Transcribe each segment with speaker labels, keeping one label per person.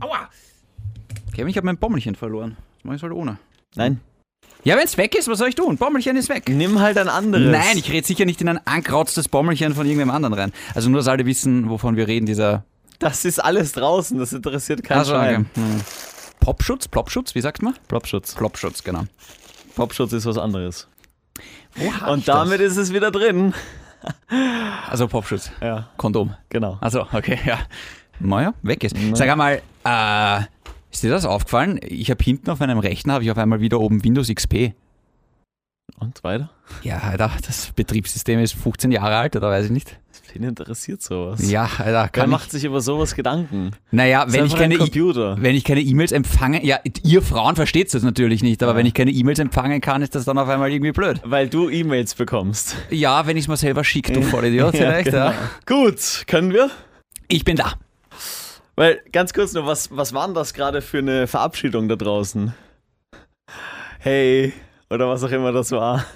Speaker 1: Aua!
Speaker 2: Kevin, ich habe mein Bommelchen verloren. Das mache ich halt ohne.
Speaker 3: Nein.
Speaker 2: Ja, wenn es weg ist, was soll ich tun? Bommelchen ist weg.
Speaker 3: Nimm halt ein anderes.
Speaker 2: Nein, ich rede sicher nicht in ein ankrauztes Bommelchen von irgendwem anderen rein. Also nur, dass alle wissen, wovon wir reden, dieser...
Speaker 3: Das ist alles draußen, das interessiert keinen
Speaker 2: Also, okay.
Speaker 3: Schwein.
Speaker 2: Hm. Popschutz, Plopschutz, wie sagt man?
Speaker 3: Plopschutz.
Speaker 2: Plopschutz, genau.
Speaker 3: Popschutz ist was anderes.
Speaker 2: Wo hab ich
Speaker 3: Und damit ist es wieder drin.
Speaker 2: Das? Also Popschutz,
Speaker 3: Ja,
Speaker 2: Kondom.
Speaker 3: genau.
Speaker 2: Also, okay, ja. Naja, weg ist. Sag einmal, äh, ist dir das aufgefallen? Ich habe hinten auf meinem Rechner, habe ich auf einmal wieder oben Windows XP.
Speaker 3: Und weiter?
Speaker 2: Ja, Alter, das Betriebssystem ist 15 Jahre alt, oder weiß ich nicht.
Speaker 3: Wen interessiert sowas?
Speaker 2: Ja, Alter,
Speaker 3: Wer
Speaker 2: kann ich,
Speaker 3: macht sich über sowas Gedanken?
Speaker 2: Naja,
Speaker 3: Ist
Speaker 2: wenn ich
Speaker 3: einfach
Speaker 2: keine...
Speaker 3: ein Computer.
Speaker 2: Wenn ich keine E-Mails empfange, ja, ihr Frauen versteht das natürlich nicht, aber wenn ich keine E-Mails empfangen kann, ist das dann auf einmal irgendwie blöd.
Speaker 3: Weil du E-Mails bekommst.
Speaker 2: Ja, wenn ich es mir selber schicke, du Vollidiot, vielleicht, ja.
Speaker 3: Gut, können wir?
Speaker 2: Ich bin da.
Speaker 3: Weil, ganz kurz nur, was, was war denn das gerade für eine Verabschiedung da draußen? Hey, oder was auch immer das war.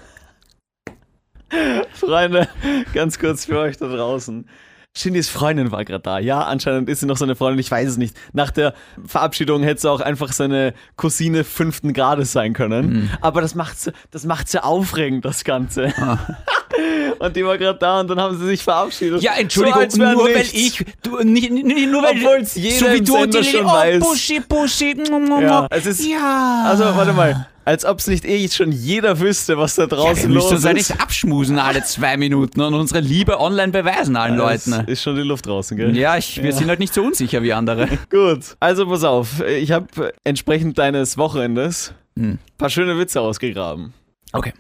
Speaker 3: Freunde, ganz kurz für euch da draußen. Shindys Freundin war gerade da. Ja, anscheinend ist sie noch seine Freundin, ich weiß es nicht. Nach der Verabschiedung hätte sie auch einfach seine Cousine fünften Grades sein können.
Speaker 2: Mhm.
Speaker 3: Aber das macht's, das macht's ja aufregend, das Ganze.
Speaker 2: Ah.
Speaker 3: und die war gerade da und dann haben sie sich verabschiedet.
Speaker 2: Ja, Entschuldigung,
Speaker 3: so, als wär
Speaker 2: nur weil
Speaker 3: nichts.
Speaker 2: ich, du, nicht, nicht, nur weil
Speaker 3: Obwohl's jeder
Speaker 2: so wie
Speaker 3: im
Speaker 2: du
Speaker 3: Sender
Speaker 2: die
Speaker 3: schon
Speaker 2: Lilly,
Speaker 3: weiß.
Speaker 2: Oh, Buschi, Buschi, mm, mm,
Speaker 3: Ja,
Speaker 2: mm.
Speaker 3: es ist-
Speaker 2: ja.
Speaker 3: Also, warte mal. Als ob es nicht eh jetzt schon jeder wüsste, was da
Speaker 2: ja, wir
Speaker 3: draußen
Speaker 2: müssen
Speaker 3: los
Speaker 2: uns ja
Speaker 3: ist.
Speaker 2: nicht abschmusen alle zwei Minuten und unsere Liebe online beweisen allen
Speaker 3: Es
Speaker 2: Leuten.
Speaker 3: Ist schon die Luft draußen, gell?
Speaker 2: ne? Ja, ich, wir sind halt nicht so unsicher wie andere.
Speaker 3: Gut. Also, pass auf. Ich habe entsprechend deines Wochenendes
Speaker 2: Hm.
Speaker 3: ein paar schöne Witze ausgegraben.
Speaker 2: Okay.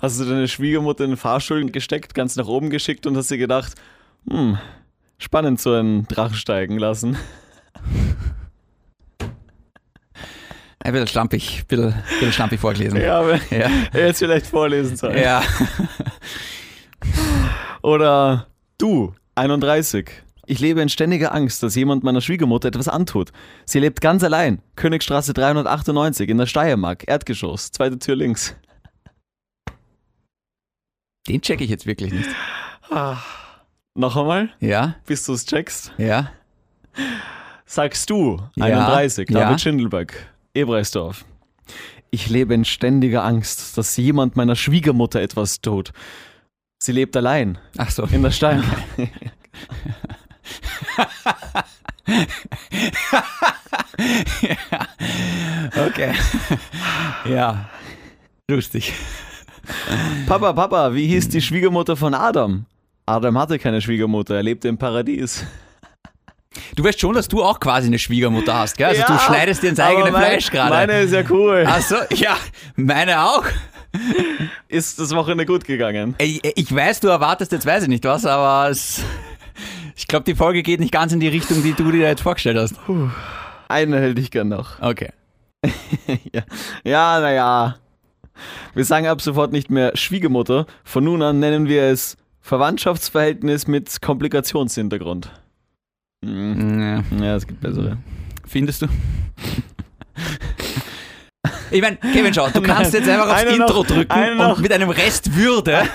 Speaker 3: Hast du deine Schwiegermutter in den Fahrstuhl gesteckt, ganz nach oben geschickt und hast dir gedacht, hm, spannend so einen Drachen steigen lassen.
Speaker 2: Ein bisschen schlampig, bisschen, bisschen schlampig vorgelesen.
Speaker 3: Ja, aber
Speaker 2: Ja.
Speaker 3: jetzt vielleicht vorlesen sollen.
Speaker 2: ja.
Speaker 3: Oder du, 31. Ich lebe in ständiger Angst, dass jemand meiner Schwiegermutter etwas antut. Sie lebt ganz allein. Königstraße 398 in der Steiermark, Erdgeschoss, zweite Tür links.
Speaker 2: Den checke ich jetzt wirklich nicht.
Speaker 3: Noch einmal,
Speaker 2: Ja,
Speaker 3: bis du es checkst.
Speaker 2: ja.
Speaker 3: Sagst du,
Speaker 2: Ja,
Speaker 3: 31,
Speaker 2: ja.
Speaker 3: David Schindelberg, Ebreisdorf. Ich lebe in ständiger Angst, dass jemand meiner Schwiegermutter etwas tut. Sie lebt allein
Speaker 2: Ach so.
Speaker 3: in der Steiermark.
Speaker 2: Okay. ja. Lustig.
Speaker 3: Papa, Papa, wie hieß die Schwiegermutter von Adam? Adam hatte keine Schwiegermutter, er lebte im Paradies.
Speaker 2: Du weißt schon, dass du auch quasi eine Schwiegermutter hast, gell? Also du
Speaker 3: Ja,
Speaker 2: schneidest dir ins
Speaker 3: aber
Speaker 2: eigene
Speaker 3: mein-
Speaker 2: Fleisch gerade. Ah.
Speaker 3: Meine ist ja cool.
Speaker 2: Ach so, ja, meine auch.
Speaker 3: Ist das Wochenende gut gegangen?
Speaker 2: Ich, ich weiß, du erwartest jetzt, weiß ich nicht was, aber es, ich glaube, die Folge geht nicht ganz in die Richtung, die du dir jetzt vorgestellt hast.
Speaker 3: Eine hätte ich gern noch.
Speaker 2: Okay.
Speaker 3: Ja, ja naja. Wir sagen ab sofort nicht mehr Schwiegermutter. Von nun an nennen wir es Verwandtschaftsverhältnis mit Komplikationshintergrund. Hm,
Speaker 2: Mm, Ja.
Speaker 3: Ja, es gibt bessere.
Speaker 2: Findest du? Ich meine, Kevin, schau, du kannst jetzt einfach aufs
Speaker 3: Einen noch,
Speaker 2: Intro drücken
Speaker 3: einen noch.
Speaker 2: und mit einem Rest Würde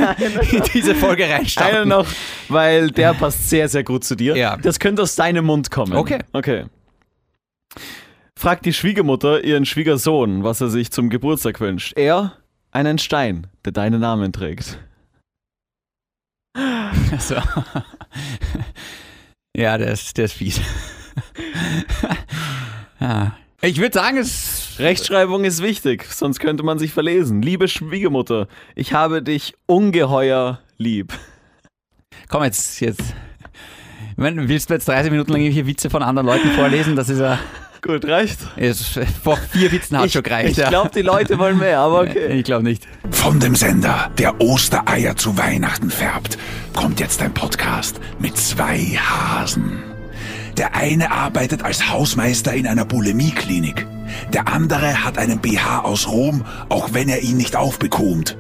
Speaker 2: in diese Folge
Speaker 3: Eine
Speaker 2: reinstarten.
Speaker 3: noch, weil der passt sehr, sehr gut zu dir.
Speaker 2: Ja.
Speaker 3: Das könnte aus deinem Mund kommen.
Speaker 2: Okay.
Speaker 3: Okay. Fragt die Schwiegermutter ihren Schwiegersohn, was er sich zum Geburtstag wünscht. Er einen Stein, der deinen Namen trägt.
Speaker 2: Also, ja, der ist, der ist fies. Ah. Ich würde sagen, es.
Speaker 3: Rechtschreibung ist wichtig, sonst könnte man sich verlesen. Liebe Schwiegermutter, ich habe dich ungeheuer lieb.
Speaker 2: Komm jetzt, jetzt. Ich mein, willst du jetzt 30 Minuten lang irgendwelche Witze von anderen Leuten vorlesen? Das ist ja.
Speaker 3: Gut, reicht.
Speaker 2: Ist, vor vier Witzen hat
Speaker 3: ich
Speaker 2: schon gereicht.
Speaker 3: ich
Speaker 2: ja.
Speaker 3: glaube, die Leute wollen mehr, aber okay.
Speaker 2: Ich glaube nicht.
Speaker 4: Von dem Sender, der Ostereier zu Weihnachten färbt, kommt jetzt ein Podcast mit zwei Hasen. Der eine arbeitet als Hausmeister in einer Bulimieklinik. Der andere hat einen BH aus Rom, auch wenn er ihn nicht aufbekommt.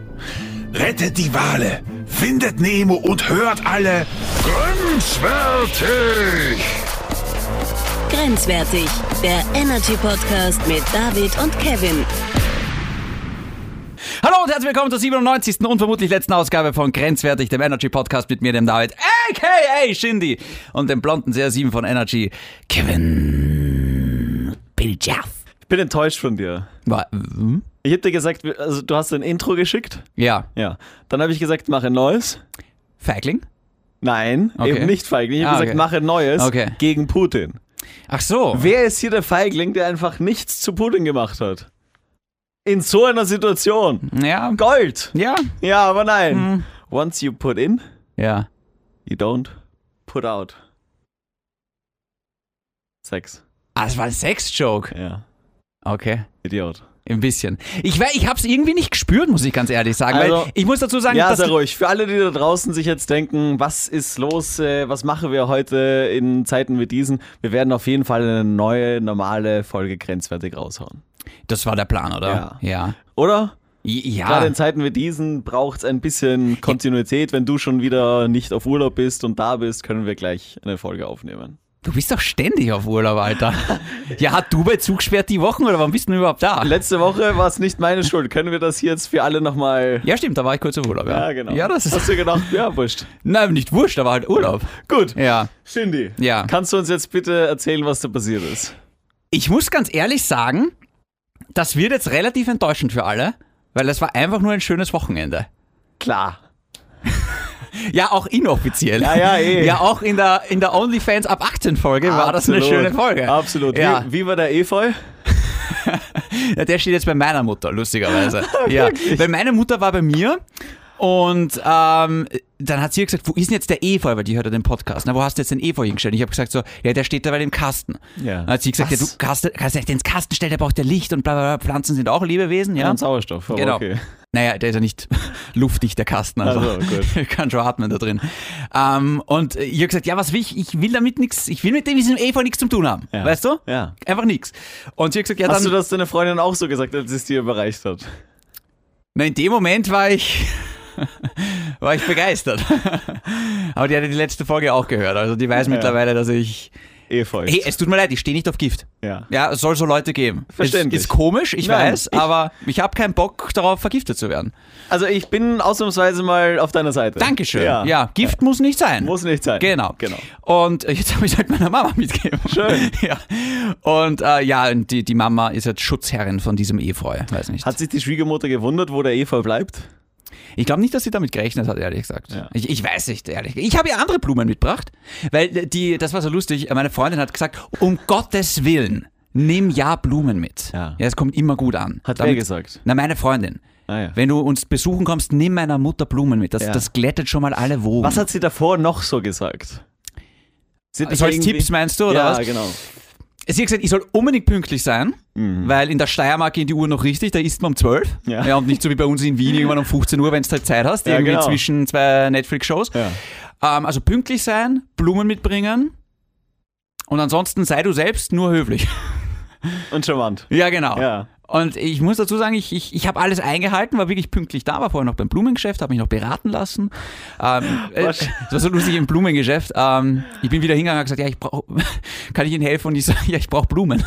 Speaker 4: Rettet die Wale, findet Nemo und hört alle grenzwertig.
Speaker 5: Grenzwertig, der Energy Podcast mit David und Kevin.
Speaker 2: Hallo und herzlich willkommen zur 97. und vermutlich letzten Ausgabe von Grenzwertig, dem Energy Podcast mit mir, dem David a.k.a. Shindy und dem blonden CR7 von Energy, Kevin Piljaff.
Speaker 3: Ich bin enttäuscht von dir.
Speaker 2: Wa- hm?
Speaker 3: Ich hab dir gesagt, wir- also du hast ein Intro geschickt.
Speaker 2: Ja,
Speaker 3: Ja. Dann habe ich gesagt, mache neues.
Speaker 2: Feigling?
Speaker 3: Nein,
Speaker 2: Okay.
Speaker 3: eben nicht Feigling. Ich habe
Speaker 2: Ah, okay.
Speaker 3: gesagt, mache neues
Speaker 2: Okay.
Speaker 3: gegen Putin.
Speaker 2: Ach so.
Speaker 3: Wer ist hier der Feigling, der einfach nichts zu Putin gemacht hat? In so einer Situation.
Speaker 2: Ja.
Speaker 3: Gold.
Speaker 2: Ja.
Speaker 3: Ja, aber nein.
Speaker 2: Mhm.
Speaker 3: Once you put in,
Speaker 2: Ja.
Speaker 3: you don't put out. Sex.
Speaker 2: Ah, es war ein Sex-Joke.
Speaker 3: Ja.
Speaker 2: Okay.
Speaker 3: Idiot.
Speaker 2: Ein bisschen. Ich, wei- ich habe es irgendwie nicht gespürt, muss ich ganz ehrlich sagen.
Speaker 3: Also-
Speaker 2: weil ich muss dazu sagen,
Speaker 3: Ja,
Speaker 2: dass
Speaker 3: sehr ruhig. Für alle, die da draußen sich jetzt denken, was ist los, äh, was machen wir heute in Zeiten wie diesen, wir werden auf jeden Fall eine neue, normale Folge grenzwertig raushauen.
Speaker 2: das war der Plan, oder? Ja.
Speaker 3: Oder?
Speaker 2: I- Ja.
Speaker 3: Gerade in Zeiten wie diesen braucht es ein bisschen Kontinuität. Wenn du schon wieder nicht auf Urlaub bist und da bist, können wir gleich eine Folge aufnehmen.
Speaker 2: Du bist doch ständig auf Urlaub, Alter. ja, hat Dubai zugesperrt die Wochen oder wann bist du denn überhaupt da?
Speaker 3: Letzte Woche war es nicht meine Schuld. Können wir das jetzt für alle nochmal... genau.
Speaker 2: ja, stimmt, da war ich kurz auf Urlaub. Ja, genau. Ja, das ist.
Speaker 3: Hast du gedacht, ja, wurscht.
Speaker 2: Nein, nicht wurscht, da war halt Urlaub.
Speaker 3: Gut,
Speaker 2: Ja.
Speaker 3: Shindy,
Speaker 2: Ja.
Speaker 3: kannst du uns jetzt bitte erzählen, was da passiert ist?
Speaker 2: Ich muss ganz ehrlich sagen, das wird jetzt relativ enttäuschend für alle, weil es war einfach nur ein schönes Wochenende.
Speaker 3: Klar.
Speaker 2: Ja, auch inoffiziell.
Speaker 3: Ja, ja, eh.
Speaker 2: Ja, auch in der, in der OnlyFans ab 18 Folge war das eine
Speaker 3: Absolut.
Speaker 2: schöne Folge.
Speaker 3: Absolut.
Speaker 2: Ja.
Speaker 3: Wie, wie war der Efeu?
Speaker 2: Ja, der steht jetzt bei meiner Mutter, lustigerweise. ja. Weil meine Mutter war bei mir und ähm, dann hat sie gesagt, wo ist denn jetzt der Efeu, weil die hört ja den Podcast. Na, wo hast du jetzt den Efeu hingestellt? Ich habe gesagt so, ja, der steht da bei dem Kasten.
Speaker 3: Ja.
Speaker 2: Dann hat sie gesagt, ja, du
Speaker 3: Was?
Speaker 2: kannst, kannst nicht ins Kasten stellen, der braucht ja Licht und bla bla bla, Pflanzen sind auch Lebewesen, ja.
Speaker 3: Und Sauerstoff. aber
Speaker 2: Genau.
Speaker 3: Okay.
Speaker 2: Naja, der ist ja nicht luftdicht, der Kasten. Also,
Speaker 3: Also, gut.
Speaker 2: kann schon atmen da drin. Ähm, und ich habe gesagt, ja, was will ich? Ich will damit nichts, ich will mit dem diesem Efeu nichts zu tun haben.
Speaker 3: Ja.
Speaker 2: Weißt du?
Speaker 3: Ja.
Speaker 2: Einfach nichts. Und sie hat gesagt, ja,
Speaker 3: Hast
Speaker 2: dann.
Speaker 3: du das deiner Freundin auch so gesagt, als sie es dir überreicht hat?
Speaker 2: Na, in dem Moment war ich, war ich begeistert. Aber die hatte die letzte Folge auch gehört. Also die weiß
Speaker 3: Ja.
Speaker 2: mittlerweile, dass ich.
Speaker 3: Efeu.
Speaker 2: Hey, es tut mir leid, ich stehe nicht auf Gift.
Speaker 3: ja.
Speaker 2: Ja, es soll so Leute geben.
Speaker 3: Verständlich.
Speaker 2: Ist, ist komisch, ich
Speaker 3: Nein,
Speaker 2: weiß,
Speaker 3: ich-
Speaker 2: aber ich habe keinen Bock darauf, vergiftet zu werden.
Speaker 3: Also ich bin ausnahmsweise mal auf deiner Seite.
Speaker 2: Dankeschön. Ja, Gift muss nicht sein.
Speaker 3: Muss nicht sein.
Speaker 2: Genau.
Speaker 3: Genau.
Speaker 2: Und äh, jetzt habe ich halt meiner Mama mitgegeben.
Speaker 3: Schön.
Speaker 2: ja. Und äh, ja, und die, die Mama ist jetzt Schutzherrin von diesem Efeu. Weiß nicht.
Speaker 3: Hat sich die Schwiegermutter gewundert, wo der Efeu bleibt?
Speaker 2: Ich glaube nicht, dass sie damit gerechnet hat, ehrlich gesagt.
Speaker 3: Ja.
Speaker 2: Ich, ich weiß nicht, ehrlich. Ich habe ihr andere Blumen mitgebracht, weil äh, die, das war so lustig. Meine Freundin hat gesagt, um Gottes Willen, nimm ja Blumen mit.
Speaker 3: Ja.
Speaker 2: es kommt immer gut an.
Speaker 3: Hat wer gesagt?
Speaker 2: Na, meine Freundin.
Speaker 3: Ah, ja.
Speaker 2: Wenn du uns besuchen kommst, nimm meiner Mutter Blumen mit. Das,
Speaker 3: Ja.
Speaker 2: das glättet schon mal alle Wogen.
Speaker 3: Was hat sie davor noch so gesagt? Sind
Speaker 2: so Also als Tipps meinst du, oder
Speaker 3: ja,
Speaker 2: was?
Speaker 3: genau.
Speaker 2: Sie hat gesagt, ich soll unbedingt pünktlich sein, weil in der Steiermark gehen die Uhren noch richtig, da isst man um 12.
Speaker 3: Mhm. Ja.
Speaker 2: und nicht so wie bei uns in Wien irgendwann um 15 Uhr, wenn du halt Zeit hast,
Speaker 3: Ja,
Speaker 2: irgendwie
Speaker 3: genau.
Speaker 2: zwischen zwei Netflix-Shows.
Speaker 3: Ja.
Speaker 2: Ähm, also pünktlich sein, Blumen mitbringen und ansonsten sei du selbst nur höflich.
Speaker 3: Und charmant.
Speaker 2: ja, genau.
Speaker 3: Ja.
Speaker 2: Und ich muss dazu sagen, ich, ich, ich habe alles eingehalten, war wirklich pünktlich da, war vorher noch beim Blumengeschäft, habe mich noch beraten lassen. Ähm, äh,
Speaker 3: Was?
Speaker 2: es war so lustig im Blumengeschäft. Ähm, ich bin wieder hingegangen und gesagt, ja, ich brauche, kann ich Ihnen helfen? Und ich sage, ja, ich brauche Blumen.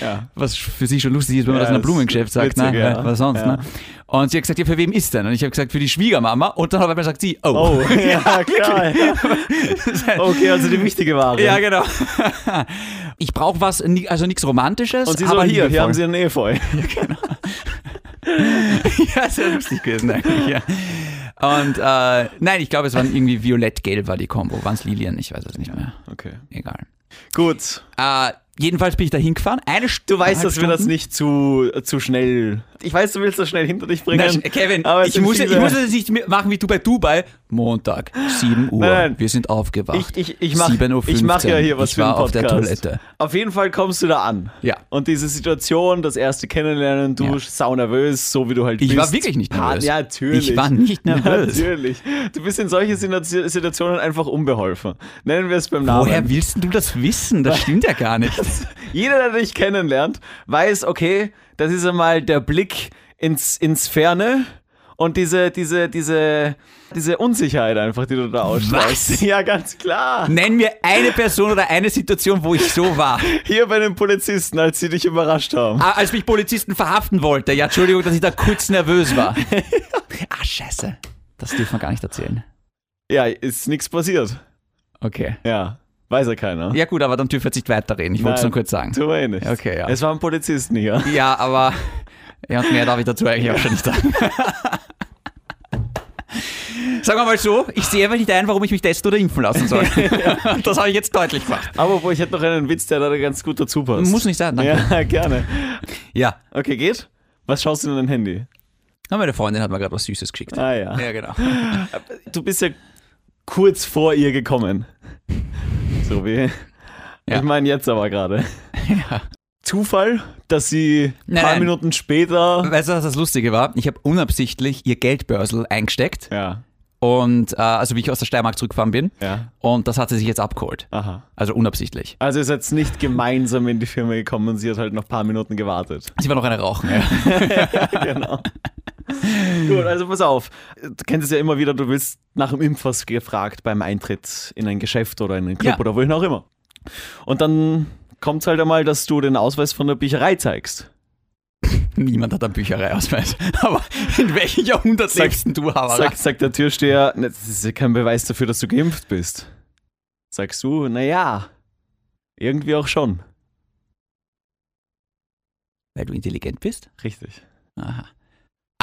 Speaker 3: Ja.
Speaker 2: Was für sie schon lustig ist, wenn man
Speaker 3: Ja,
Speaker 2: das in einem
Speaker 3: das
Speaker 2: Blumengeschäft
Speaker 3: ist
Speaker 2: sagt, ne?
Speaker 3: witzig, ja.
Speaker 2: was sonst.
Speaker 3: Ja.
Speaker 2: Ne? Und sie hat gesagt, ja, für wem ist denn? Und ich habe gesagt, für die Schwiegermama. Und dann hat er gesagt, sie, oh.
Speaker 3: Oh, ja, klar. Ja. Okay, also die wichtige Ware.
Speaker 2: Ja, genau. Ich brauche was, ni- also nichts Romantisches.
Speaker 3: Und sie
Speaker 2: aber
Speaker 3: so, hier,
Speaker 2: liebevoll.
Speaker 3: hier haben sie einen Efeu.
Speaker 2: Ja, sehr lustig gewesen eigentlich, ja. Und äh, nein, ich glaube, es waren irgendwie violett-gelb war die Kombo. Waren es Lilien? Ich weiß es nicht mehr.
Speaker 3: Okay.
Speaker 2: Egal.
Speaker 3: Gut.
Speaker 2: Äh, jedenfalls bin ich da hingefahren. Eine Stunde.
Speaker 3: Du weißt, dass wir das nicht zu, äh, zu schnell. Ich weiß, du willst das schnell hinter dich bringen.
Speaker 2: Nein, Kevin,
Speaker 3: aber es
Speaker 2: ich
Speaker 3: sind
Speaker 2: muss, ich
Speaker 3: viele-
Speaker 2: muss das nicht machen wie du bei Dubai. Montag, 7 Uhr.
Speaker 3: Nein, nein.
Speaker 2: Wir sind aufgewacht.
Speaker 3: Ich, ich, ich mache
Speaker 2: 7.15
Speaker 3: mach ja hier was
Speaker 2: ich
Speaker 3: für
Speaker 2: war
Speaker 3: einen
Speaker 2: auf der
Speaker 3: Podcast.
Speaker 2: Toilette.
Speaker 3: Auf jeden Fall kommst du da an.
Speaker 2: Ja.
Speaker 3: Und diese Situation, das erste Kennenlernen, du
Speaker 2: Ja.
Speaker 3: sau nervös, so wie du halt
Speaker 2: Ich
Speaker 3: bist.
Speaker 2: war wirklich nicht
Speaker 3: Pa-
Speaker 2: nervös.
Speaker 3: Ja, natürlich.
Speaker 2: Ich war nicht nervös.
Speaker 3: Natürlich. Du bist in solchen Sina- Situationen einfach unbeholfen. Nennen wir es beim Namen.
Speaker 2: Woher willst denn du das wissen? Das stimmt ja gar nicht.
Speaker 3: Jeder, der dich kennenlernt, weiß, okay, das ist einmal der Blick ins, ins Ferne und diese, diese, diese, diese Unsicherheit einfach, die du da ausstrahlst.
Speaker 2: Was?
Speaker 3: Ja, ganz klar.
Speaker 2: Nenn mir eine Person oder eine Situation, wo ich so war.
Speaker 3: Hier bei den Polizisten, als sie dich überrascht haben.
Speaker 2: Ah, als mich Polizisten verhaften wollte. Ja, Entschuldigung, dass ich da kurz nervös war. ah, scheiße. Das dürfen wir gar nicht erzählen.
Speaker 3: Ja, ist nichts passiert.
Speaker 2: Okay.
Speaker 3: Ja, weiß ja keiner.
Speaker 2: Ja gut, aber dann dürfen wir jetzt nicht weiterreden. Ich wollte es
Speaker 3: Nein.
Speaker 2: nur kurz sagen.
Speaker 3: Tun wir eh nicht.
Speaker 2: Okay, ja.
Speaker 3: Es waren Polizisten hier.
Speaker 2: Ja, aber ja, und mehr darf ich dazu eigentlich auch schon nicht sagen. Sagen wir mal so, ich sehe aber nicht ein, warum ich mich testen oder impfen lassen soll. Das habe ich jetzt deutlich gemacht.
Speaker 3: Aber wo ich hätte noch einen Witz, der da ganz gut dazu passt.
Speaker 2: Muss nicht sein, danke.
Speaker 3: Ja, gerne.
Speaker 2: Ja.
Speaker 3: Okay, geht? Was schaust du in dein Handy?
Speaker 2: Na, meine Freundin hat mir gerade was Süßes geschickt.
Speaker 3: Ah ja.
Speaker 2: Ja, genau.
Speaker 3: Du bist ja kurz vor ihr gekommen. So wie.
Speaker 2: Ja.
Speaker 3: Ich meine jetzt aber gerade. Zufall, dass sie ein
Speaker 2: Nein,
Speaker 3: paar
Speaker 2: nein.
Speaker 3: Minuten später.
Speaker 2: Weißt du, was das Lustige war? Ich habe unabsichtlich ihr Geldbörsel eingesteckt.
Speaker 3: Ja,
Speaker 2: Und äh, also wie ich aus der Steiermark zurückgefahren bin.
Speaker 3: ja.
Speaker 2: Und das hat sie sich jetzt abgeholt.
Speaker 3: Aha.
Speaker 2: Also unabsichtlich.
Speaker 3: Also ihr seid nicht gemeinsam in die Firma gekommen und sie hat halt noch ein paar Minuten gewartet.
Speaker 2: Sie war noch eine Rauchen. Ja.
Speaker 3: genau. Gut, also pass auf. Du kennst es ja immer wieder, du wirst nach dem Impfpass gefragt beim Eintritt in ein Geschäft oder in einen Club
Speaker 2: Ja.
Speaker 3: oder wohin auch immer. Und dann kommt es halt einmal, dass du den Ausweis von der Bücherei zeigst.
Speaker 2: Niemand hat einen Büchereiausweis. Aber in welchem Jahrhundert
Speaker 3: Sag-
Speaker 2: lebst denn du, Havara?
Speaker 3: Sagt, sagt der Türsteher, "Na, das ist ja kein Beweis dafür, dass du geimpft bist. Sagst du, naja, irgendwie auch schon.
Speaker 2: Weil du intelligent bist?
Speaker 3: Richtig.
Speaker 2: Aha.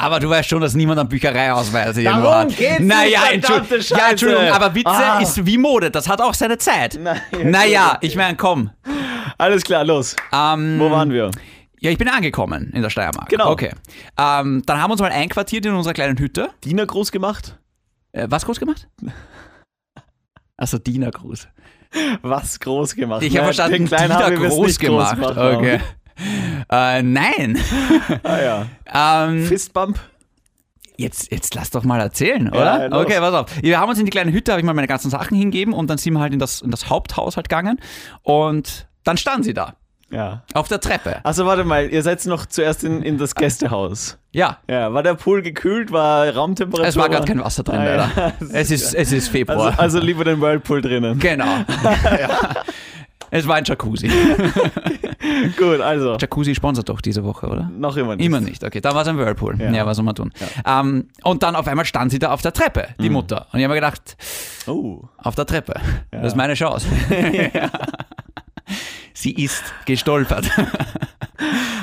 Speaker 2: Aber du weißt schon, dass niemand einen Büchereiausweis irgendwo
Speaker 3: Darum
Speaker 2: hat.
Speaker 3: geht's nicht,
Speaker 2: naja,
Speaker 3: verdammte
Speaker 2: Entschuldigung. Ja, Entschuldigung,
Speaker 3: Scheiße.
Speaker 2: aber Witze
Speaker 3: Ah.
Speaker 2: ist wie Mode. Das hat auch seine Zeit.
Speaker 3: Na ja,
Speaker 2: naja,
Speaker 3: gut, okay.
Speaker 2: ich meine, komm.
Speaker 3: Alles klar, los.
Speaker 2: Ähm,
Speaker 3: Wo waren wir?
Speaker 2: Ja, ich bin angekommen in der Steiermark.
Speaker 3: Genau.
Speaker 2: Okay. Ähm, dann haben wir uns mal einquartiert in unserer kleinen Hütte.
Speaker 3: Diener groß gemacht?
Speaker 2: Äh, was groß gemacht? Achso, Diener groß.
Speaker 3: Was groß gemacht?
Speaker 2: Ich habe
Speaker 3: Nein,
Speaker 2: verstanden,
Speaker 3: den kleinen
Speaker 2: Diener
Speaker 3: haben wir es
Speaker 2: groß
Speaker 3: nicht
Speaker 2: gemacht.
Speaker 3: Groß gemacht genau.
Speaker 2: okay. Äh, nein.
Speaker 3: Ah ja.
Speaker 2: Ähm,
Speaker 3: Fistbump?
Speaker 2: Jetzt, jetzt lass doch mal erzählen, oder?
Speaker 3: ja, los.
Speaker 2: okay, pass auf. Wir haben uns in die kleine Hütte, habe ich mal meine ganzen Sachen hingegeben und dann sind wir halt in das, in das Haupthaus halt gegangen und dann standen sie da,
Speaker 3: Ja.
Speaker 2: auf der Treppe.
Speaker 3: Also warte mal, ihr seid noch zuerst in, in das Gästehaus.
Speaker 2: Ja,
Speaker 3: Ja, war der Pool gekühlt, war Raumtemperatur?
Speaker 2: es war gerade kein Wasser drin,
Speaker 3: Ah, ja.
Speaker 2: leider. Es ist, es ist
Speaker 3: Also,
Speaker 2: Februar.
Speaker 3: also lieber den Whirlpool drinnen.
Speaker 2: genau. Ja. Es war ein Jacuzzi.
Speaker 3: Gut, also.
Speaker 2: Jacuzzi sponsert doch diese Woche, oder?
Speaker 3: Noch immer nicht.
Speaker 2: Immer nicht, okay. Dann war es ein Whirlpool. Ja,
Speaker 3: Ja. Mhm.
Speaker 2: was soll man tun? Ähm, und dann auf einmal stand sie da auf der Treppe, die Mutter. Und ich habe mir gedacht,
Speaker 3: Oh.
Speaker 2: auf der Treppe. Das ist meine Chance. Sie ist gestolpert.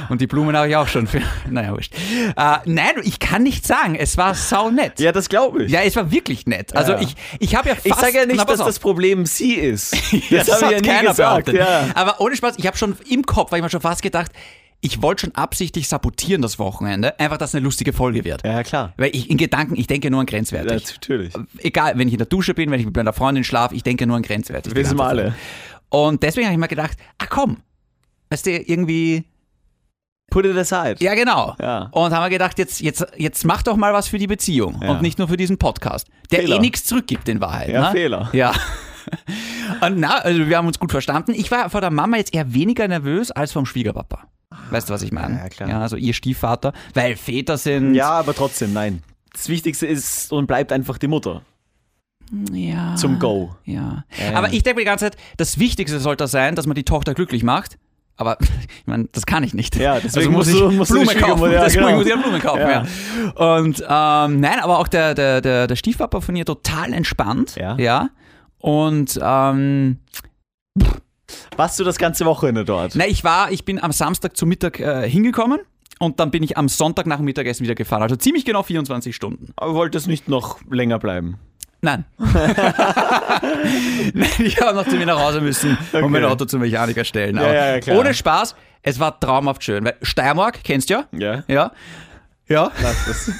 Speaker 2: Und die Blumen habe ich auch schon für. Naja, wurscht. Äh, nein, ich kann nicht sagen, es war sau nett.
Speaker 3: Ja, das glaube ich.
Speaker 2: Ja, es war wirklich nett. Also
Speaker 3: Ja.
Speaker 2: ich, ich habe ja fast...
Speaker 3: ich sage ja nicht,
Speaker 2: Na, pass
Speaker 3: dass
Speaker 2: auf.
Speaker 3: das Problem sie ist.
Speaker 2: Ja, das
Speaker 3: habe
Speaker 2: hat
Speaker 3: ich ja nie
Speaker 2: keiner
Speaker 3: gesagt.
Speaker 2: behauptet.
Speaker 3: Ja.
Speaker 2: Aber ohne Spaß, ich habe schon im Kopf, weil ich mir schon fast gedacht, ich wollte schon absichtlich sabotieren das Wochenende, einfach, dass es eine lustige Folge wird.
Speaker 3: ja, klar.
Speaker 2: Weil ich in Gedanken, ich denke nur an grenzwertig.
Speaker 3: natürlich.
Speaker 2: Egal, wenn ich in der Dusche bin, wenn ich mit meiner Freundin schlafe, ich denke nur an grenzwertig. die
Speaker 3: Wissen wir
Speaker 2: ganze
Speaker 3: alle.
Speaker 2: Zeit. Und deswegen habe ich mir gedacht, ah komm, weißt du, irgendwie,
Speaker 3: Put it aside.
Speaker 2: ja genau.
Speaker 3: Ja.
Speaker 2: Und haben wir gedacht, jetzt, jetzt, jetzt mach doch mal was für die Beziehung
Speaker 3: Ja.
Speaker 2: und nicht nur für diesen Podcast, der
Speaker 3: Fehler.
Speaker 2: eh nichts zurückgibt in Wahrheit.
Speaker 3: Ja,
Speaker 2: ne?
Speaker 3: Fehler.
Speaker 2: Ja. Und na, also wir haben uns gut verstanden. Ich war vor der Mama jetzt eher weniger nervös als vom Schwiegerpapa. Weißt du, was ich meine?
Speaker 3: Ah, Ja, klar.
Speaker 2: Ja, also ihr Stiefvater, weil Väter sind.
Speaker 3: Ja, aber trotzdem, nein. Das Wichtigste ist und bleibt einfach die Mutter
Speaker 2: ja.
Speaker 3: zum Go.
Speaker 2: Ja.
Speaker 3: Ähm.
Speaker 2: Aber ich denke mir die ganze Zeit, das Wichtigste sollte sein, dass man die Tochter glücklich macht. Aber ich meine, das kann ich nicht. Also
Speaker 3: Ja, deswegen
Speaker 2: muss
Speaker 3: musst
Speaker 2: ich
Speaker 3: du- musst du die
Speaker 2: Blumen kaufen.
Speaker 3: Schwiegermutter- ja,
Speaker 2: deswegen
Speaker 3: genau.
Speaker 2: muss ich eine Blume kaufen. Ja.
Speaker 3: Ja.
Speaker 2: Und ähm, nein, aber auch der, der, der, der Stiefpapa von ihr total entspannt.
Speaker 3: Ja.
Speaker 2: ja. Und ähm,
Speaker 3: Warst du das ganze Wochenende dort?
Speaker 2: Na, ich war, ich bin am Samstag zu Mittag äh, hingekommen und dann bin ich am Sonntag nach dem Mittagessen wieder gefahren. Also ziemlich genau 24 Stunden.
Speaker 3: Aber wolltest nicht noch länger bleiben?
Speaker 2: Nein. Nein, ich habe noch zu mir nach Hause müssen und mein Auto zum Mechaniker stellen. Aber
Speaker 3: ja, ja, klar.
Speaker 2: ohne Spaß, es war traumhaft schön. Weil Steiermark, kennst du ja?
Speaker 3: Ja.
Speaker 2: Ja. Ja.
Speaker 3: Lass das.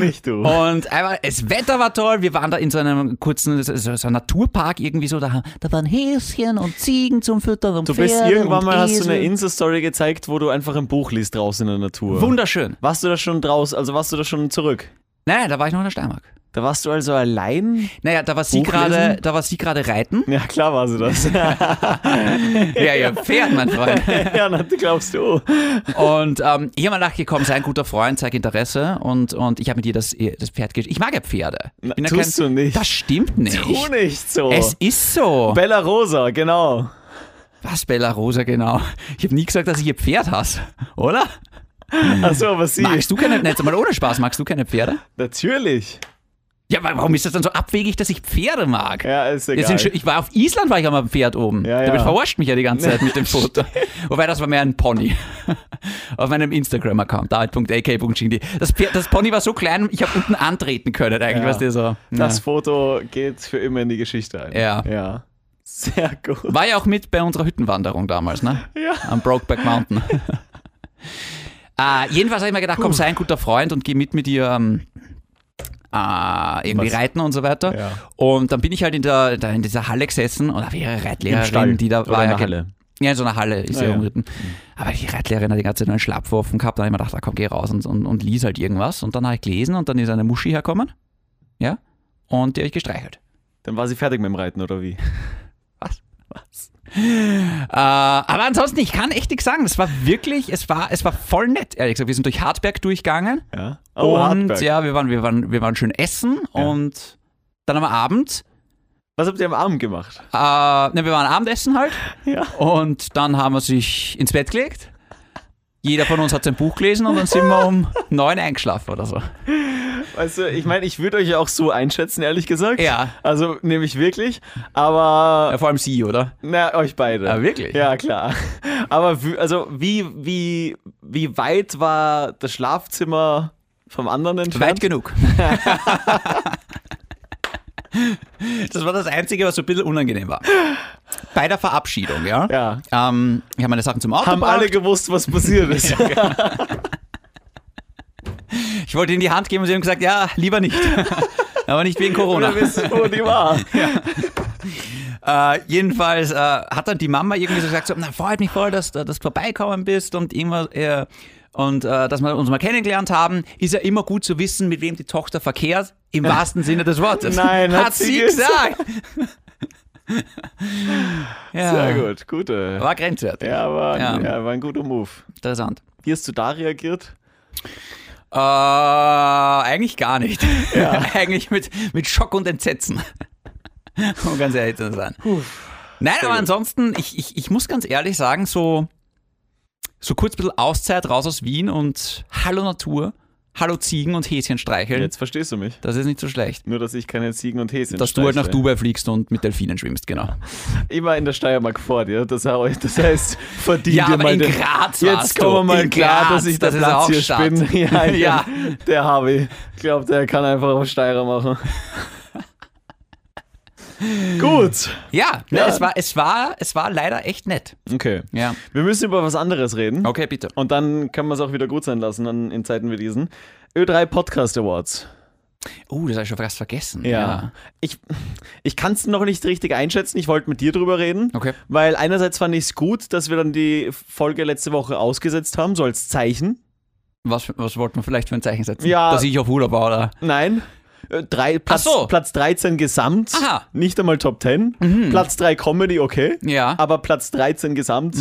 Speaker 3: nicht du.
Speaker 2: Und einmal, das Wetter war toll. Wir waren da in so einem kurzen so, so einem Naturpark irgendwie so. Da, da waren Häschen und Ziegen zum Füttern und
Speaker 3: Du bist
Speaker 2: Pferde
Speaker 3: irgendwann
Speaker 2: und
Speaker 3: mal, hast du eine
Speaker 2: Esel.
Speaker 3: Insta-Story gezeigt, wo du einfach ein Buch liest draußen in der Natur.
Speaker 2: Wunderschön.
Speaker 3: Warst du da schon draußen, also warst du da schon zurück?
Speaker 2: Nein, da war ich noch in der Steiermark.
Speaker 3: Da warst du also allein?
Speaker 2: Naja, da war sie
Speaker 3: Buch
Speaker 2: gerade,
Speaker 3: lesen?
Speaker 2: da war sie gerade reiten.
Speaker 3: Ja, klar war sie das.
Speaker 2: Ja, ihr Pferd, mein Freund.
Speaker 3: ja, na, du glaubst du.
Speaker 2: Und ähm, ich habe mir gedacht, komm, sei ein guter Freund, zeig Interesse. Und, und ich habe mit ihr das, ihr- das Pferd geschickt. Ich mag ja Pferde. Ich
Speaker 3: Na,
Speaker 2: ja
Speaker 3: tust du nicht.
Speaker 2: Das stimmt nicht.
Speaker 3: Tu nicht so.
Speaker 2: Es ist so.
Speaker 3: Bella Rosa, genau.
Speaker 2: Was, Bella Rosa, genau. Ich habe nie gesagt, dass ich ihr Pferd hasse, oder?
Speaker 3: Achso, aber sie.
Speaker 2: Magst du keine, jetzt mal ohne Spaß, magst du keine Pferde?
Speaker 3: Natürlich.
Speaker 2: Ja, wa- warum ist das dann so abwegig, dass ich Pferde mag?
Speaker 3: Ja, ist
Speaker 2: Das
Speaker 3: egal.
Speaker 2: sind schön- ich war auf Island, war ich einmal am Pferd oben.
Speaker 3: Ja, ja.
Speaker 2: Damit verarscht mich ja die ganze Zeit mit dem Foto. Wobei, das war mehr ein Pony. auf meinem Instagram-Account, david.ak.gd. Das, Pferd- das Pony war so klein, ich habe unten antreten können eigentlich,
Speaker 3: Ja.
Speaker 2: weißt du, so.
Speaker 3: Das
Speaker 2: ja.
Speaker 3: Foto geht für immer in die Geschichte ein.
Speaker 2: Ja.
Speaker 3: Ja. Sehr gut.
Speaker 2: War ja auch mit bei unserer Hüttenwanderung damals, ne?
Speaker 3: Ja.
Speaker 2: Am Brokeback Mountain. äh, jedenfalls habe ich mir gedacht, komm, sei ein guter Freund und geh mit mit ihr ähm, äh, irgendwie
Speaker 3: Was?
Speaker 2: reiten und so weiter.
Speaker 3: Ja.
Speaker 2: Und dann bin ich halt in, der, da in dieser Halle gesessen und habe ihre
Speaker 3: Im Stall
Speaker 2: Reitlehrerin, die da
Speaker 3: oder
Speaker 2: war.
Speaker 3: in
Speaker 2: ja
Speaker 3: der
Speaker 2: ge-
Speaker 3: Halle?
Speaker 2: Ja, in so einer Halle ist
Speaker 3: Ah,
Speaker 2: sie
Speaker 3: ja.
Speaker 2: rumgeritten. Aber die Reitlehrerin hat die ganze Zeit nur einen Schlapp geworfen gehabt. Dann habe ich mir gedacht, ah, komm, geh raus und, und, und lies halt irgendwas. Und dann habe ich gelesen und dann ist eine Muschi hergekommen. Ja. Und die habe ich gestreichelt.
Speaker 3: Dann war sie fertig mit dem Reiten, oder wie?
Speaker 2: Äh, aber ansonsten, ich kann echt nichts sagen. Das war wirklich, es war, es war voll nett, ehrlich gesagt. Wir sind durch Hartberg durchgegangen.
Speaker 3: Ja. Oh,
Speaker 2: und
Speaker 3: Hartberg.
Speaker 2: ja, wir waren, wir, waren, wir waren schön essen
Speaker 3: Ja.
Speaker 2: und dann am Abend,
Speaker 3: Was habt ihr am Abend gemacht?
Speaker 2: äh, ne, wir waren Abendessen halt
Speaker 3: Ja.
Speaker 2: und dann haben wir sich ins Bett gelegt. Jeder von uns hat sein Buch gelesen und dann sind wir um neun eingeschlafen oder so.
Speaker 3: Weißt du, ich meine, ich würde euch ja auch so einschätzen, ehrlich gesagt.
Speaker 2: Ja.
Speaker 3: Also nehme ich wirklich. Aber
Speaker 2: Ja, vor allem sie, oder?
Speaker 3: Na, euch beide.
Speaker 2: Ah, wirklich?
Speaker 3: Ja, klar. Aber wie, also wie, wie, wie weit war das Schlafzimmer vom anderen
Speaker 2: Weit
Speaker 3: entfernt?
Speaker 2: genug. das war das Einzige, was so ein bisschen unangenehm war. Bei der Verabschiedung, ja.
Speaker 3: Ja.
Speaker 2: Ähm, ich habe meine Sachen zum Auto
Speaker 3: Haben
Speaker 2: gebracht.
Speaker 3: alle gewusst, was passiert ist.
Speaker 2: Ich wollte ihnen die Hand geben und sie haben gesagt, ja, lieber nicht. Aber nicht wegen Corona.
Speaker 3: Oder wissen, wo die war.
Speaker 2: Äh, jedenfalls äh, hat dann die Mama irgendwie so gesagt, so, na, freut mich voll, dass, dass du vorbeikommen bist und irgendwas, äh, und äh, dass wir uns mal kennengelernt haben. Ist ja immer gut zu wissen, mit wem die Tochter verkehrt, im wahrsten Sinne des Wortes.
Speaker 3: Nein,
Speaker 2: hat,
Speaker 3: hat
Speaker 2: sie
Speaker 3: sie
Speaker 2: gesagt. ja,
Speaker 3: Sehr gut, gute.
Speaker 2: war grenzwertig.
Speaker 3: Ja, war,
Speaker 2: Ja.
Speaker 3: ja. war ein guter Move.
Speaker 2: Interessant.
Speaker 3: Wie hast du da reagiert?
Speaker 2: Äh, eigentlich gar nicht. eigentlich mit, mit Schock und Entsetzen. um ganz ehrlich zu sein. Nein, aber ansonsten, ich, ich, ich muss ganz ehrlich sagen, so, so kurz ein bisschen Auszeit raus aus Wien und Hallo Natur, Hallo Ziegen und Häschen streicheln,
Speaker 3: Jetzt verstehst du mich.
Speaker 2: das ist nicht so schlecht.
Speaker 3: Nur, dass ich keine Ziegen und Häschen
Speaker 2: Dass du halt nach
Speaker 3: streichle.
Speaker 2: Dubai fliegst und mit Delfinen schwimmst, genau.
Speaker 3: Immer in der Steiermark vor dir. Das heißt, das heißt verdient
Speaker 2: Ja,
Speaker 3: ihr
Speaker 2: aber
Speaker 3: mal
Speaker 2: in
Speaker 3: den...
Speaker 2: Graz warst
Speaker 3: Jetzt kommen wir
Speaker 2: du.
Speaker 3: mal
Speaker 2: In
Speaker 3: klar,
Speaker 2: Graz,
Speaker 3: dass ich der
Speaker 2: das ist
Speaker 3: Platz
Speaker 2: auch
Speaker 3: hier
Speaker 2: Stadt.
Speaker 3: bin. Ja,
Speaker 2: Ja.
Speaker 3: ja. Der Harvey. Ich glaube, der kann einfach auf Steirer machen. Gut.
Speaker 2: Ja, ne,
Speaker 3: Ja.
Speaker 2: Es, war, es, war, es war leider echt nett.
Speaker 3: Okay.
Speaker 2: Ja.
Speaker 3: Wir müssen über was anderes reden.
Speaker 2: Okay, bitte.
Speaker 3: Und dann kann man es auch wieder gut sein lassen an, in Zeiten wie diesen. Ö3 Podcast Awards.
Speaker 2: Oh, das habe ich schon fast vergessen.
Speaker 3: Ich, ich kann es noch nicht richtig einschätzen. Ich wollte mit dir drüber reden.
Speaker 2: Okay.
Speaker 3: Weil einerseits fand ich es gut, dass wir dann die Folge letzte Woche ausgesetzt haben, so als Zeichen.
Speaker 2: Was, was wollten wir vielleicht für ein Zeichen setzen?
Speaker 3: Ja.
Speaker 2: Dass ich auf Urlaub war, oder?
Speaker 3: Nein. Äh, Drei, Platz,
Speaker 2: so.
Speaker 3: Platz 13 gesamt,
Speaker 2: Aha. Mhm.
Speaker 3: nicht einmal Top 10. Platz 3 Comedy, okay.
Speaker 2: Ja. Mhm.
Speaker 3: Aber Platz 13 gesamt.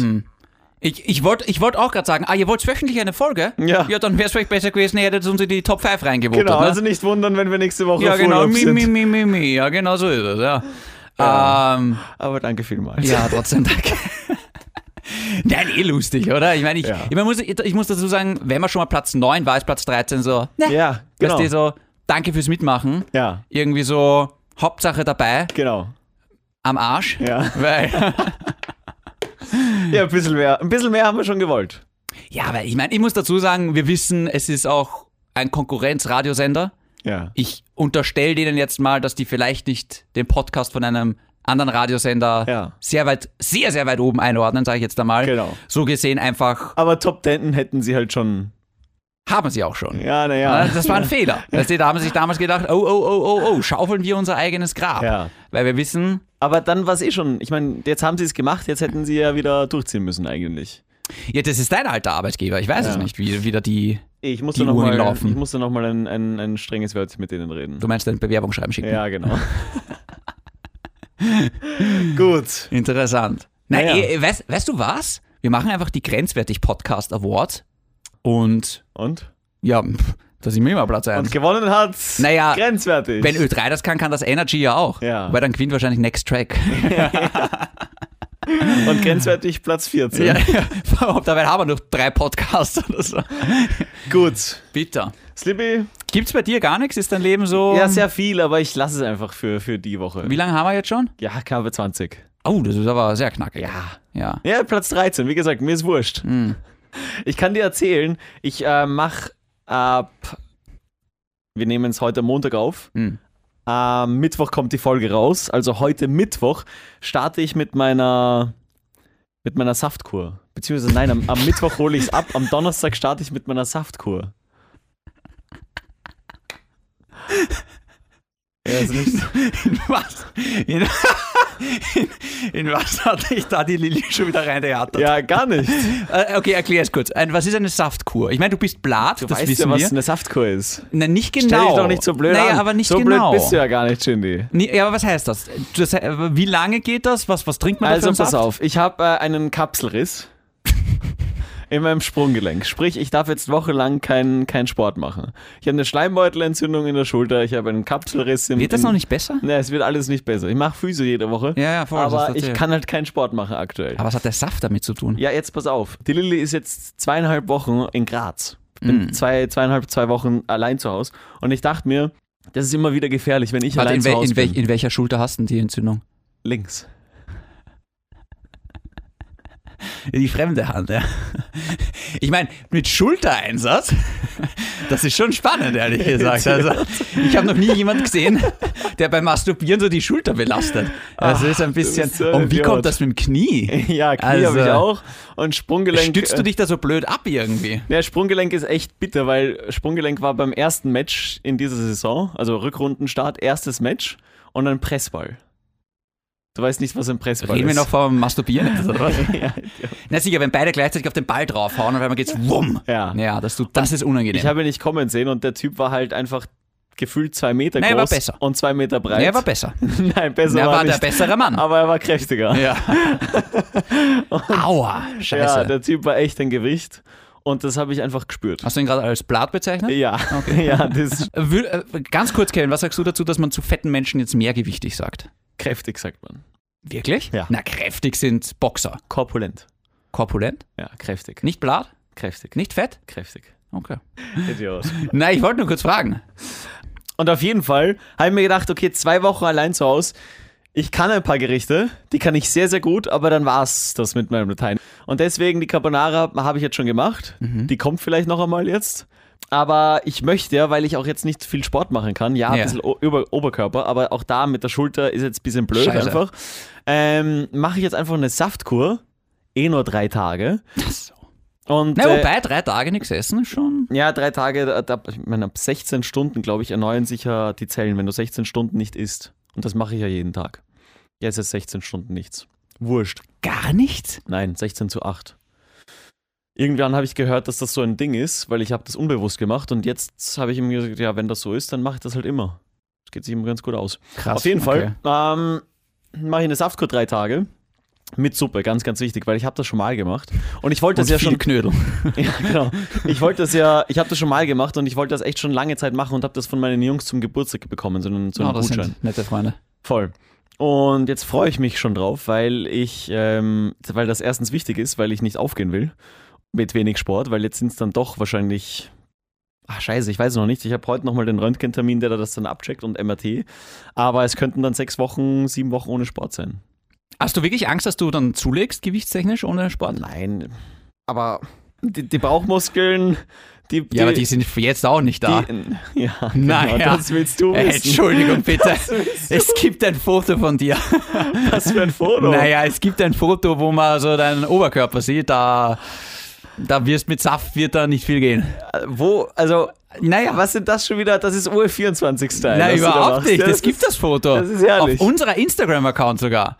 Speaker 2: Ich, ich wollte ich wollt auch gerade sagen, ah, ihr wollt wöchentlich eine Folge?
Speaker 3: Ja.
Speaker 2: Ja, dann wäre es vielleicht besser gewesen, ihr hättet uns in die Top 5 reingewotet.
Speaker 3: Genau,
Speaker 2: ne?
Speaker 3: also nicht wundern, wenn wir nächste Woche
Speaker 2: ja,
Speaker 3: auf
Speaker 2: genau.
Speaker 3: Urlaub
Speaker 2: Mi,
Speaker 3: sind.
Speaker 2: mi, mi, mi, mi. Ja, genau so ist es, ja. Ja,
Speaker 3: Ja.
Speaker 2: ähm,
Speaker 3: Aber danke vielmals.
Speaker 2: ja trotzdem danke. Nein, eh lustig, oder? Ich meine, ich,
Speaker 3: Ja.
Speaker 2: ich, mein, muss, ich muss dazu sagen, wenn man schon mal Platz 9 war, ist Platz 13 so, ne,
Speaker 3: Ja, genau.
Speaker 2: weißt du, so, danke fürs Mitmachen.
Speaker 3: Ja,
Speaker 2: Irgendwie so, Hauptsache dabei,
Speaker 3: genau.
Speaker 2: am Arsch.
Speaker 3: Ja,
Speaker 2: Weil,
Speaker 3: ja ein, bisschen mehr, ein bisschen mehr haben wir schon gewollt.
Speaker 2: ja, weil ich meine, ich muss dazu sagen, wir wissen, es ist auch ein Konkurrenzradiosender.
Speaker 3: Ja.
Speaker 2: ich unterstelle denen jetzt mal, dass die vielleicht nicht den Podcast von einem anderen Radiosender
Speaker 3: Ja.
Speaker 2: sehr weit, sehr, sehr weit oben einordnen, sage ich jetzt einmal.
Speaker 3: Genau.
Speaker 2: So gesehen einfach,
Speaker 3: Aber Top 10 hätten sie halt schon.
Speaker 2: haben sie auch schon.
Speaker 3: Ja,
Speaker 2: Ja,
Speaker 3: naja.
Speaker 2: Das war ein Fehler. Weißt du, da haben sie sich damals gedacht, oh, oh, oh, oh, oh, schaufeln wir unser eigenes Grab.
Speaker 3: Ja.
Speaker 2: Weil wir wissen,
Speaker 3: Aber dann war es eh schon. Ich meine, jetzt haben sie es gemacht, jetzt hätten sie ja wieder durchziehen müssen eigentlich.
Speaker 2: ja, das ist dein alter Arbeitgeber. Ich weiß
Speaker 3: Ja.
Speaker 2: es nicht, wie wieder die,
Speaker 3: Ich muss
Speaker 2: Die
Speaker 3: da noch
Speaker 2: Uhren
Speaker 3: mal-
Speaker 2: laufen.
Speaker 3: ich muss da noch mal ein, ein, ein strenges Wort mit denen reden.
Speaker 2: du meinst, deine Bewerbung schreiben schicken.
Speaker 3: Ja, genau. Gut.
Speaker 2: Interessant. Nein,
Speaker 3: Naja.
Speaker 2: eh, eh, weißt, weißt du was? Wir machen einfach die Grenzwertig Podcast Awards und
Speaker 3: Und?
Speaker 2: ja, pff, da sind wir immer Platz 1.
Speaker 3: Und gewonnen hat
Speaker 2: Naja,
Speaker 3: grenzwertig.
Speaker 2: Wenn Ö3 das kann, kann das Energy ja auch.
Speaker 3: Ja.
Speaker 2: Weil dann gewinnt wahrscheinlich Next Track.
Speaker 3: und grenzwertig Platz 14.
Speaker 2: Ja, ja. Dabei haben wir noch drei Podcasts oder so.
Speaker 3: Gut.
Speaker 2: Bitter.
Speaker 3: Slippy, Um-
Speaker 2: Gibt's bei dir gar nichts? Ist dein Leben so.
Speaker 3: Ja, sehr viel, aber ich lasse es einfach für, für die Woche.
Speaker 2: Wie lange haben wir jetzt schon?
Speaker 3: Ja, KW 20.
Speaker 2: Oh, das ist aber sehr knackig.
Speaker 3: Ja.
Speaker 2: Ja. Hm,
Speaker 3: Ja, Platz 13. Wie gesagt, mir ist wurscht. Ich kann dir erzählen, ich äh, mache ab. Wir nehmen es heute Montag auf.
Speaker 2: Mhm.
Speaker 3: Am Mittwoch kommt die Folge raus. Also heute Mittwoch starte ich mit meiner, mit meiner Saftkur. Beziehungsweise nein, am, am Mittwoch hole ich es ab. Am Donnerstag starte ich mit meiner Saftkur. Ja, ist nicht,
Speaker 2: In was? In, in, in was hatte ich da die Lilly schon wieder rein theatert?
Speaker 3: ja gar nicht.
Speaker 2: Äh, okay, erklär es kurz. Ein, was ist eine Saftkur? Ich meine, du bist blat, das
Speaker 3: weißt
Speaker 2: wissen
Speaker 3: ja, was
Speaker 2: wir.
Speaker 3: eine Saftkur ist.
Speaker 2: Nein, nicht genau.
Speaker 3: Stell dich doch nicht so blöd
Speaker 2: naja,
Speaker 3: an.
Speaker 2: aber nicht
Speaker 3: so
Speaker 2: genau.
Speaker 3: blöd bist du ja gar nicht, Shindy.
Speaker 2: Nee, ja, aber was heißt das? das äh, wie lange geht das? Was, was trinkt man da
Speaker 3: Also
Speaker 2: für einen
Speaker 3: pass
Speaker 2: Saft?
Speaker 3: auf, ich habe äh, einen Kapselriss in meinem Sprunggelenk. Sprich, ich darf jetzt wochenlang keinen keinen Sport machen. Ich habe eine Schleimbeutelentzündung in der Schulter, ich habe einen Kapselriss im
Speaker 2: Wird das
Speaker 3: im-
Speaker 2: noch nicht besser?
Speaker 3: Ne, es wird alles nicht besser. Ich mache Physio jede Woche.
Speaker 2: Ja, ja, voll, das hast
Speaker 3: aber
Speaker 2: du
Speaker 3: ich
Speaker 2: erzählt.
Speaker 3: kann halt keinen Sport machen aktuell.
Speaker 2: Aber was hat der Saft damit zu tun?
Speaker 3: Ja, jetzt pass auf. Die Lilly ist jetzt zweieinhalb Wochen in Graz. Ich bin
Speaker 2: Mhm.
Speaker 3: zwei, zweieinhalb, zwei Wochen allein zu Hause. Und ich dachte mir, das ist immer wieder gefährlich, wenn ich
Speaker 2: Warte,
Speaker 3: allein
Speaker 2: in,
Speaker 3: zu
Speaker 2: wel,
Speaker 3: Hause
Speaker 2: in, wel,
Speaker 3: bin.
Speaker 2: in welcher Schulter hast du denn die Entzündung?
Speaker 3: Links.
Speaker 2: Die fremde Hand, ja. Ich meine, mit Schultereinsatz, das ist schon spannend, ehrlich gesagt. Also, ich habe noch nie jemand gesehen, der beim Masturbieren so die Schulter belastet. Also ist ein bisschen.
Speaker 3: bist so ein
Speaker 2: Und wie
Speaker 3: Idiot.
Speaker 2: kommt das mit dem Knie?
Speaker 3: Ja, Knie
Speaker 2: Also,
Speaker 3: habe ich auch. Und Sprunggelenk.
Speaker 2: Stützt du
Speaker 3: äh,
Speaker 2: dich da so blöd ab irgendwie?
Speaker 3: Ja, Sprunggelenk ist echt bitter, weil Sprunggelenk war beim ersten Match in dieser Saison, also Rückrundenstart, erstes Match und ein Pressball. Du weißt nicht, was ein Pressball
Speaker 2: Reden wir
Speaker 3: ist.
Speaker 2: noch vom Masturbieren jetzt, oder was?
Speaker 3: ja,
Speaker 2: Na sicher, wenn beide gleichzeitig auf den Ball draufhauen, auf einmal geht's wumm.
Speaker 3: Ja.
Speaker 2: Ja, das, tut, das ist unangenehm.
Speaker 3: ich habe ihn nicht kommen sehen und der Typ war halt einfach gefühlt zwei Meter
Speaker 2: Nee, er
Speaker 3: groß
Speaker 2: war besser.
Speaker 3: und zwei Meter breit.
Speaker 2: Nee, er war besser.
Speaker 3: Nein, besser
Speaker 2: Er
Speaker 3: war,
Speaker 2: war der
Speaker 3: nicht.
Speaker 2: bessere Mann.
Speaker 3: Aber er war kräftiger.
Speaker 2: Ja. Aua,
Speaker 3: ja,
Speaker 2: scheiße.
Speaker 3: der Typ war echt ein Gewicht und das habe ich einfach gespürt.
Speaker 2: Hast du ihn gerade als Blatt bezeichnet?
Speaker 3: Ja, ja, das
Speaker 2: Wür- äh, Ganz kurz, Kevin, was sagst du dazu, dass man zu fetten Menschen jetzt mehrgewichtig sagt?
Speaker 3: kräftig sagt man.
Speaker 2: Wirklich?
Speaker 3: Ja.
Speaker 2: Na, kräftig sind Boxer.
Speaker 3: Korpulent.
Speaker 2: Korpulent,
Speaker 3: Ja, kräftig.
Speaker 2: nicht blatt,
Speaker 3: Kräftig.
Speaker 2: nicht fett.
Speaker 3: Kräftig.
Speaker 2: Okay.
Speaker 3: Idiot.
Speaker 2: Na, ich wollte nur kurz fragen.
Speaker 3: Und auf jeden Fall habe ich mir gedacht, okay, zwei Wochen allein zu Hause. Ich kann ein paar Gerichte, die kann ich sehr, sehr gut, aber dann war es das mit meinem Latein. Und deswegen, die Carbonara habe ich jetzt schon gemacht.
Speaker 2: Mhm.
Speaker 3: Die kommt vielleicht noch einmal jetzt. Aber ich möchte ja, weil ich auch jetzt nicht viel Sport machen kann. Ja, ein
Speaker 2: Ja.
Speaker 3: bisschen o über Oberkörper, aber auch da mit der Schulter ist jetzt ein bisschen blöd
Speaker 2: Scheiße.
Speaker 3: einfach. Ähm, Mache ich jetzt einfach eine Saftkur. Eh nur drei Tage. Und,
Speaker 2: Na,
Speaker 3: äh,
Speaker 2: wobei, drei Tage nichts essen ist schon.
Speaker 3: ja, drei Tage, da- da- ich meine, ab 16 Stunden, glaube ich, erneuern sich ja die Zellen, wenn du 16 Stunden nicht isst. Und das mache ich ja jeden Tag. Jetzt ist 16 Stunden nichts. Wurscht.
Speaker 2: Gar nichts?
Speaker 3: Nein, 16 zu 8. Irgendwann habe ich gehört, dass das so ein Ding ist, weil ich habe das unbewusst gemacht und jetzt habe ich ihm gesagt, ja, wenn das so ist, dann mache ich das halt immer. Das geht sich ihm ganz gut aus.
Speaker 2: Krass,
Speaker 3: Auf jeden
Speaker 2: okay.
Speaker 3: Fall ähm, mache ich eine Saftkur drei Tage mit Suppe, ganz, ganz wichtig, weil ich habe das schon mal gemacht und ich wollte das
Speaker 2: Und
Speaker 3: ja
Speaker 2: viel
Speaker 3: schon
Speaker 2: Knödel.
Speaker 3: ja, genau. Ich wollte das ja, ich habe das schon mal gemacht und ich wollte das echt schon lange Zeit machen und habe das von meinen Jungs zum Geburtstag bekommen, so einen, so einen
Speaker 2: Oh, das
Speaker 3: Gutschein.
Speaker 2: sind nette Freunde.
Speaker 3: Voll. Und jetzt freue ich mich schon drauf, weil ich, ähm, weil das erstens wichtig ist, weil ich nicht aufgehen will mit wenig Sport, weil jetzt sind es dann doch wahrscheinlich. Ach scheiße, ich weiß noch nicht. Ich habe heute nochmal den Röntgentermin, der da das dann abcheckt und MRT. Aber es könnten dann sechs Wochen, sieben Wochen ohne Sport sein.
Speaker 2: Hast du wirklich Angst, dass du dann zulegst, gewichtstechnisch, ohne Sport?
Speaker 3: Nein. Aber die, die Bauchmuskeln, die,
Speaker 2: Ja, aber die sind jetzt auch nicht da.
Speaker 3: Die, ja,
Speaker 2: Naja.
Speaker 3: genau, das willst du
Speaker 2: Äh,
Speaker 3: wissen.
Speaker 2: Entschuldigung, bitte. Es gibt ein Foto von dir.
Speaker 3: Was für ein Foto.
Speaker 2: Naja, es gibt ein Foto, wo man so deinen Oberkörper sieht. Da, da wirst mit Saft wird da nicht viel gehen.
Speaker 3: Wo, also,
Speaker 2: Naja,
Speaker 3: was sind das schon wieder? Das ist Ur24-Style.
Speaker 2: Na,
Speaker 3: was du da
Speaker 2: überhaupt
Speaker 3: machst.
Speaker 2: nicht.
Speaker 3: Ja,
Speaker 2: Es gibt
Speaker 3: ist
Speaker 2: das Foto.
Speaker 3: das ist herrlich.
Speaker 2: Auf unserer Instagram-Account sogar.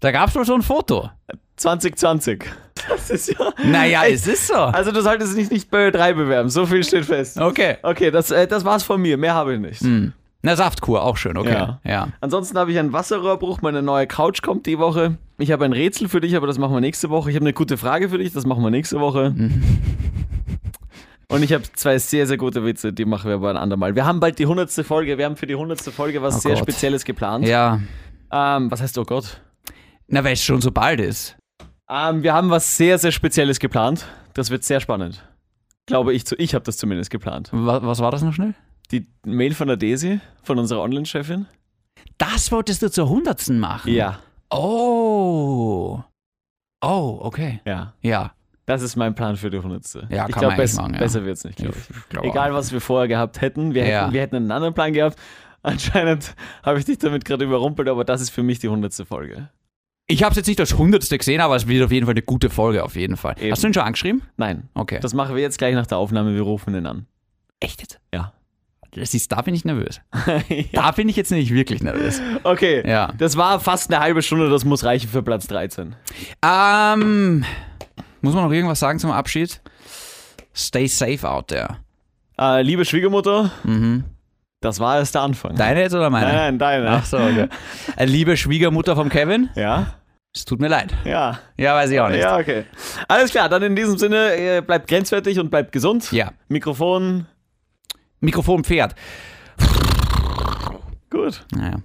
Speaker 2: Da gab es wohl so ein Foto.
Speaker 3: 2020. Das ist ja.
Speaker 2: Naja,
Speaker 3: Ey,
Speaker 2: es ist so.
Speaker 3: Also, du solltest dich nicht bei 3 bewerben. So viel steht fest.
Speaker 2: Okay.
Speaker 3: Okay, das, äh, das war's von mir. Mehr habe ich
Speaker 2: Hm.
Speaker 3: nicht.
Speaker 2: Na, Saftkur, auch schön, okay. Ja.
Speaker 3: Ja. Ansonsten habe ich einen Wasserrohrbruch. Meine neue Couch kommt die Woche. Ich habe ein Rätsel für dich, aber das machen wir nächste Woche. Ich habe eine gute Frage für dich. Das machen wir nächste Woche. Und ich habe zwei sehr, sehr gute Witze. Die machen wir aber ein andermal. Wir haben bald die 100. Folge. Wir haben für die 100. Folge was
Speaker 2: Oh
Speaker 3: sehr
Speaker 2: Gott.
Speaker 3: Spezielles geplant.
Speaker 2: Ja.
Speaker 3: Ähm, was heißt, oh Gott?
Speaker 2: Na, weil es schon so bald ist.
Speaker 3: Ähm, wir haben was sehr, sehr Spezielles geplant. Das wird sehr spannend. Glaube ich zu. Ich habe das zumindest geplant.
Speaker 2: Was, was war das noch schnell?
Speaker 3: die Mail von der Desi, von unserer Online-Chefin?
Speaker 2: Das wolltest du zur Hundertsten machen?
Speaker 3: Ja.
Speaker 2: Oh. Oh, okay.
Speaker 3: Ja.
Speaker 2: Ja.
Speaker 3: Das ist mein Plan für die Hundertste.
Speaker 2: Ja,
Speaker 3: ich
Speaker 2: kann
Speaker 3: glaube,
Speaker 2: man eigentlich
Speaker 3: besser,
Speaker 2: machen, ja.
Speaker 3: besser wird's nicht, glaube ich.
Speaker 2: Ich glaub
Speaker 3: Egal,
Speaker 2: auch.
Speaker 3: was wir vorher gehabt hätten, wir,
Speaker 2: Ja.
Speaker 3: hätten, wir hätten einen anderen Plan gehabt. Anscheinend habe ich dich damit gerade überrumpelt, aber das ist für mich die hundertste Folge.
Speaker 2: Ich habe es jetzt nicht als Hundertste gesehen, aber es wird auf jeden Fall eine gute Folge, auf jeden Fall.
Speaker 3: Eben.
Speaker 2: Hast du ihn schon angeschrieben?
Speaker 3: Nein,
Speaker 2: Okay.
Speaker 3: das machen wir jetzt gleich nach der Aufnahme. Wir rufen ihn an.
Speaker 2: echt jetzt?
Speaker 3: Ja.
Speaker 2: Das ist, da bin ich nervös. Da bin ich jetzt nämlich wirklich nervös.
Speaker 3: Okay.
Speaker 2: Ja.
Speaker 3: Das war fast eine halbe Stunde. Das muss reichen für Platz 13.
Speaker 2: Ähm, muss man noch irgendwas sagen zum Abschied? Stay safe out there. Mhm.
Speaker 3: Äh, liebe Schwiegermutter, das war erst der Anfang.
Speaker 2: Deine jetzt oder meine?
Speaker 3: Nein, nein, deine.
Speaker 2: Ach so, okay. Äh, Liebe Schwiegermutter vom Kevin,
Speaker 3: Ja?
Speaker 2: es tut mir leid.
Speaker 3: Ja.
Speaker 2: Ja, weiß ich auch nicht.
Speaker 3: Ja, okay. Alles klar, dann in diesem Sinne, äh, bleibt grenzwertig und bleibt gesund.
Speaker 2: Ja.
Speaker 3: Mikrofon,
Speaker 2: Mikrofon Pferd.
Speaker 3: gut.
Speaker 2: Naja.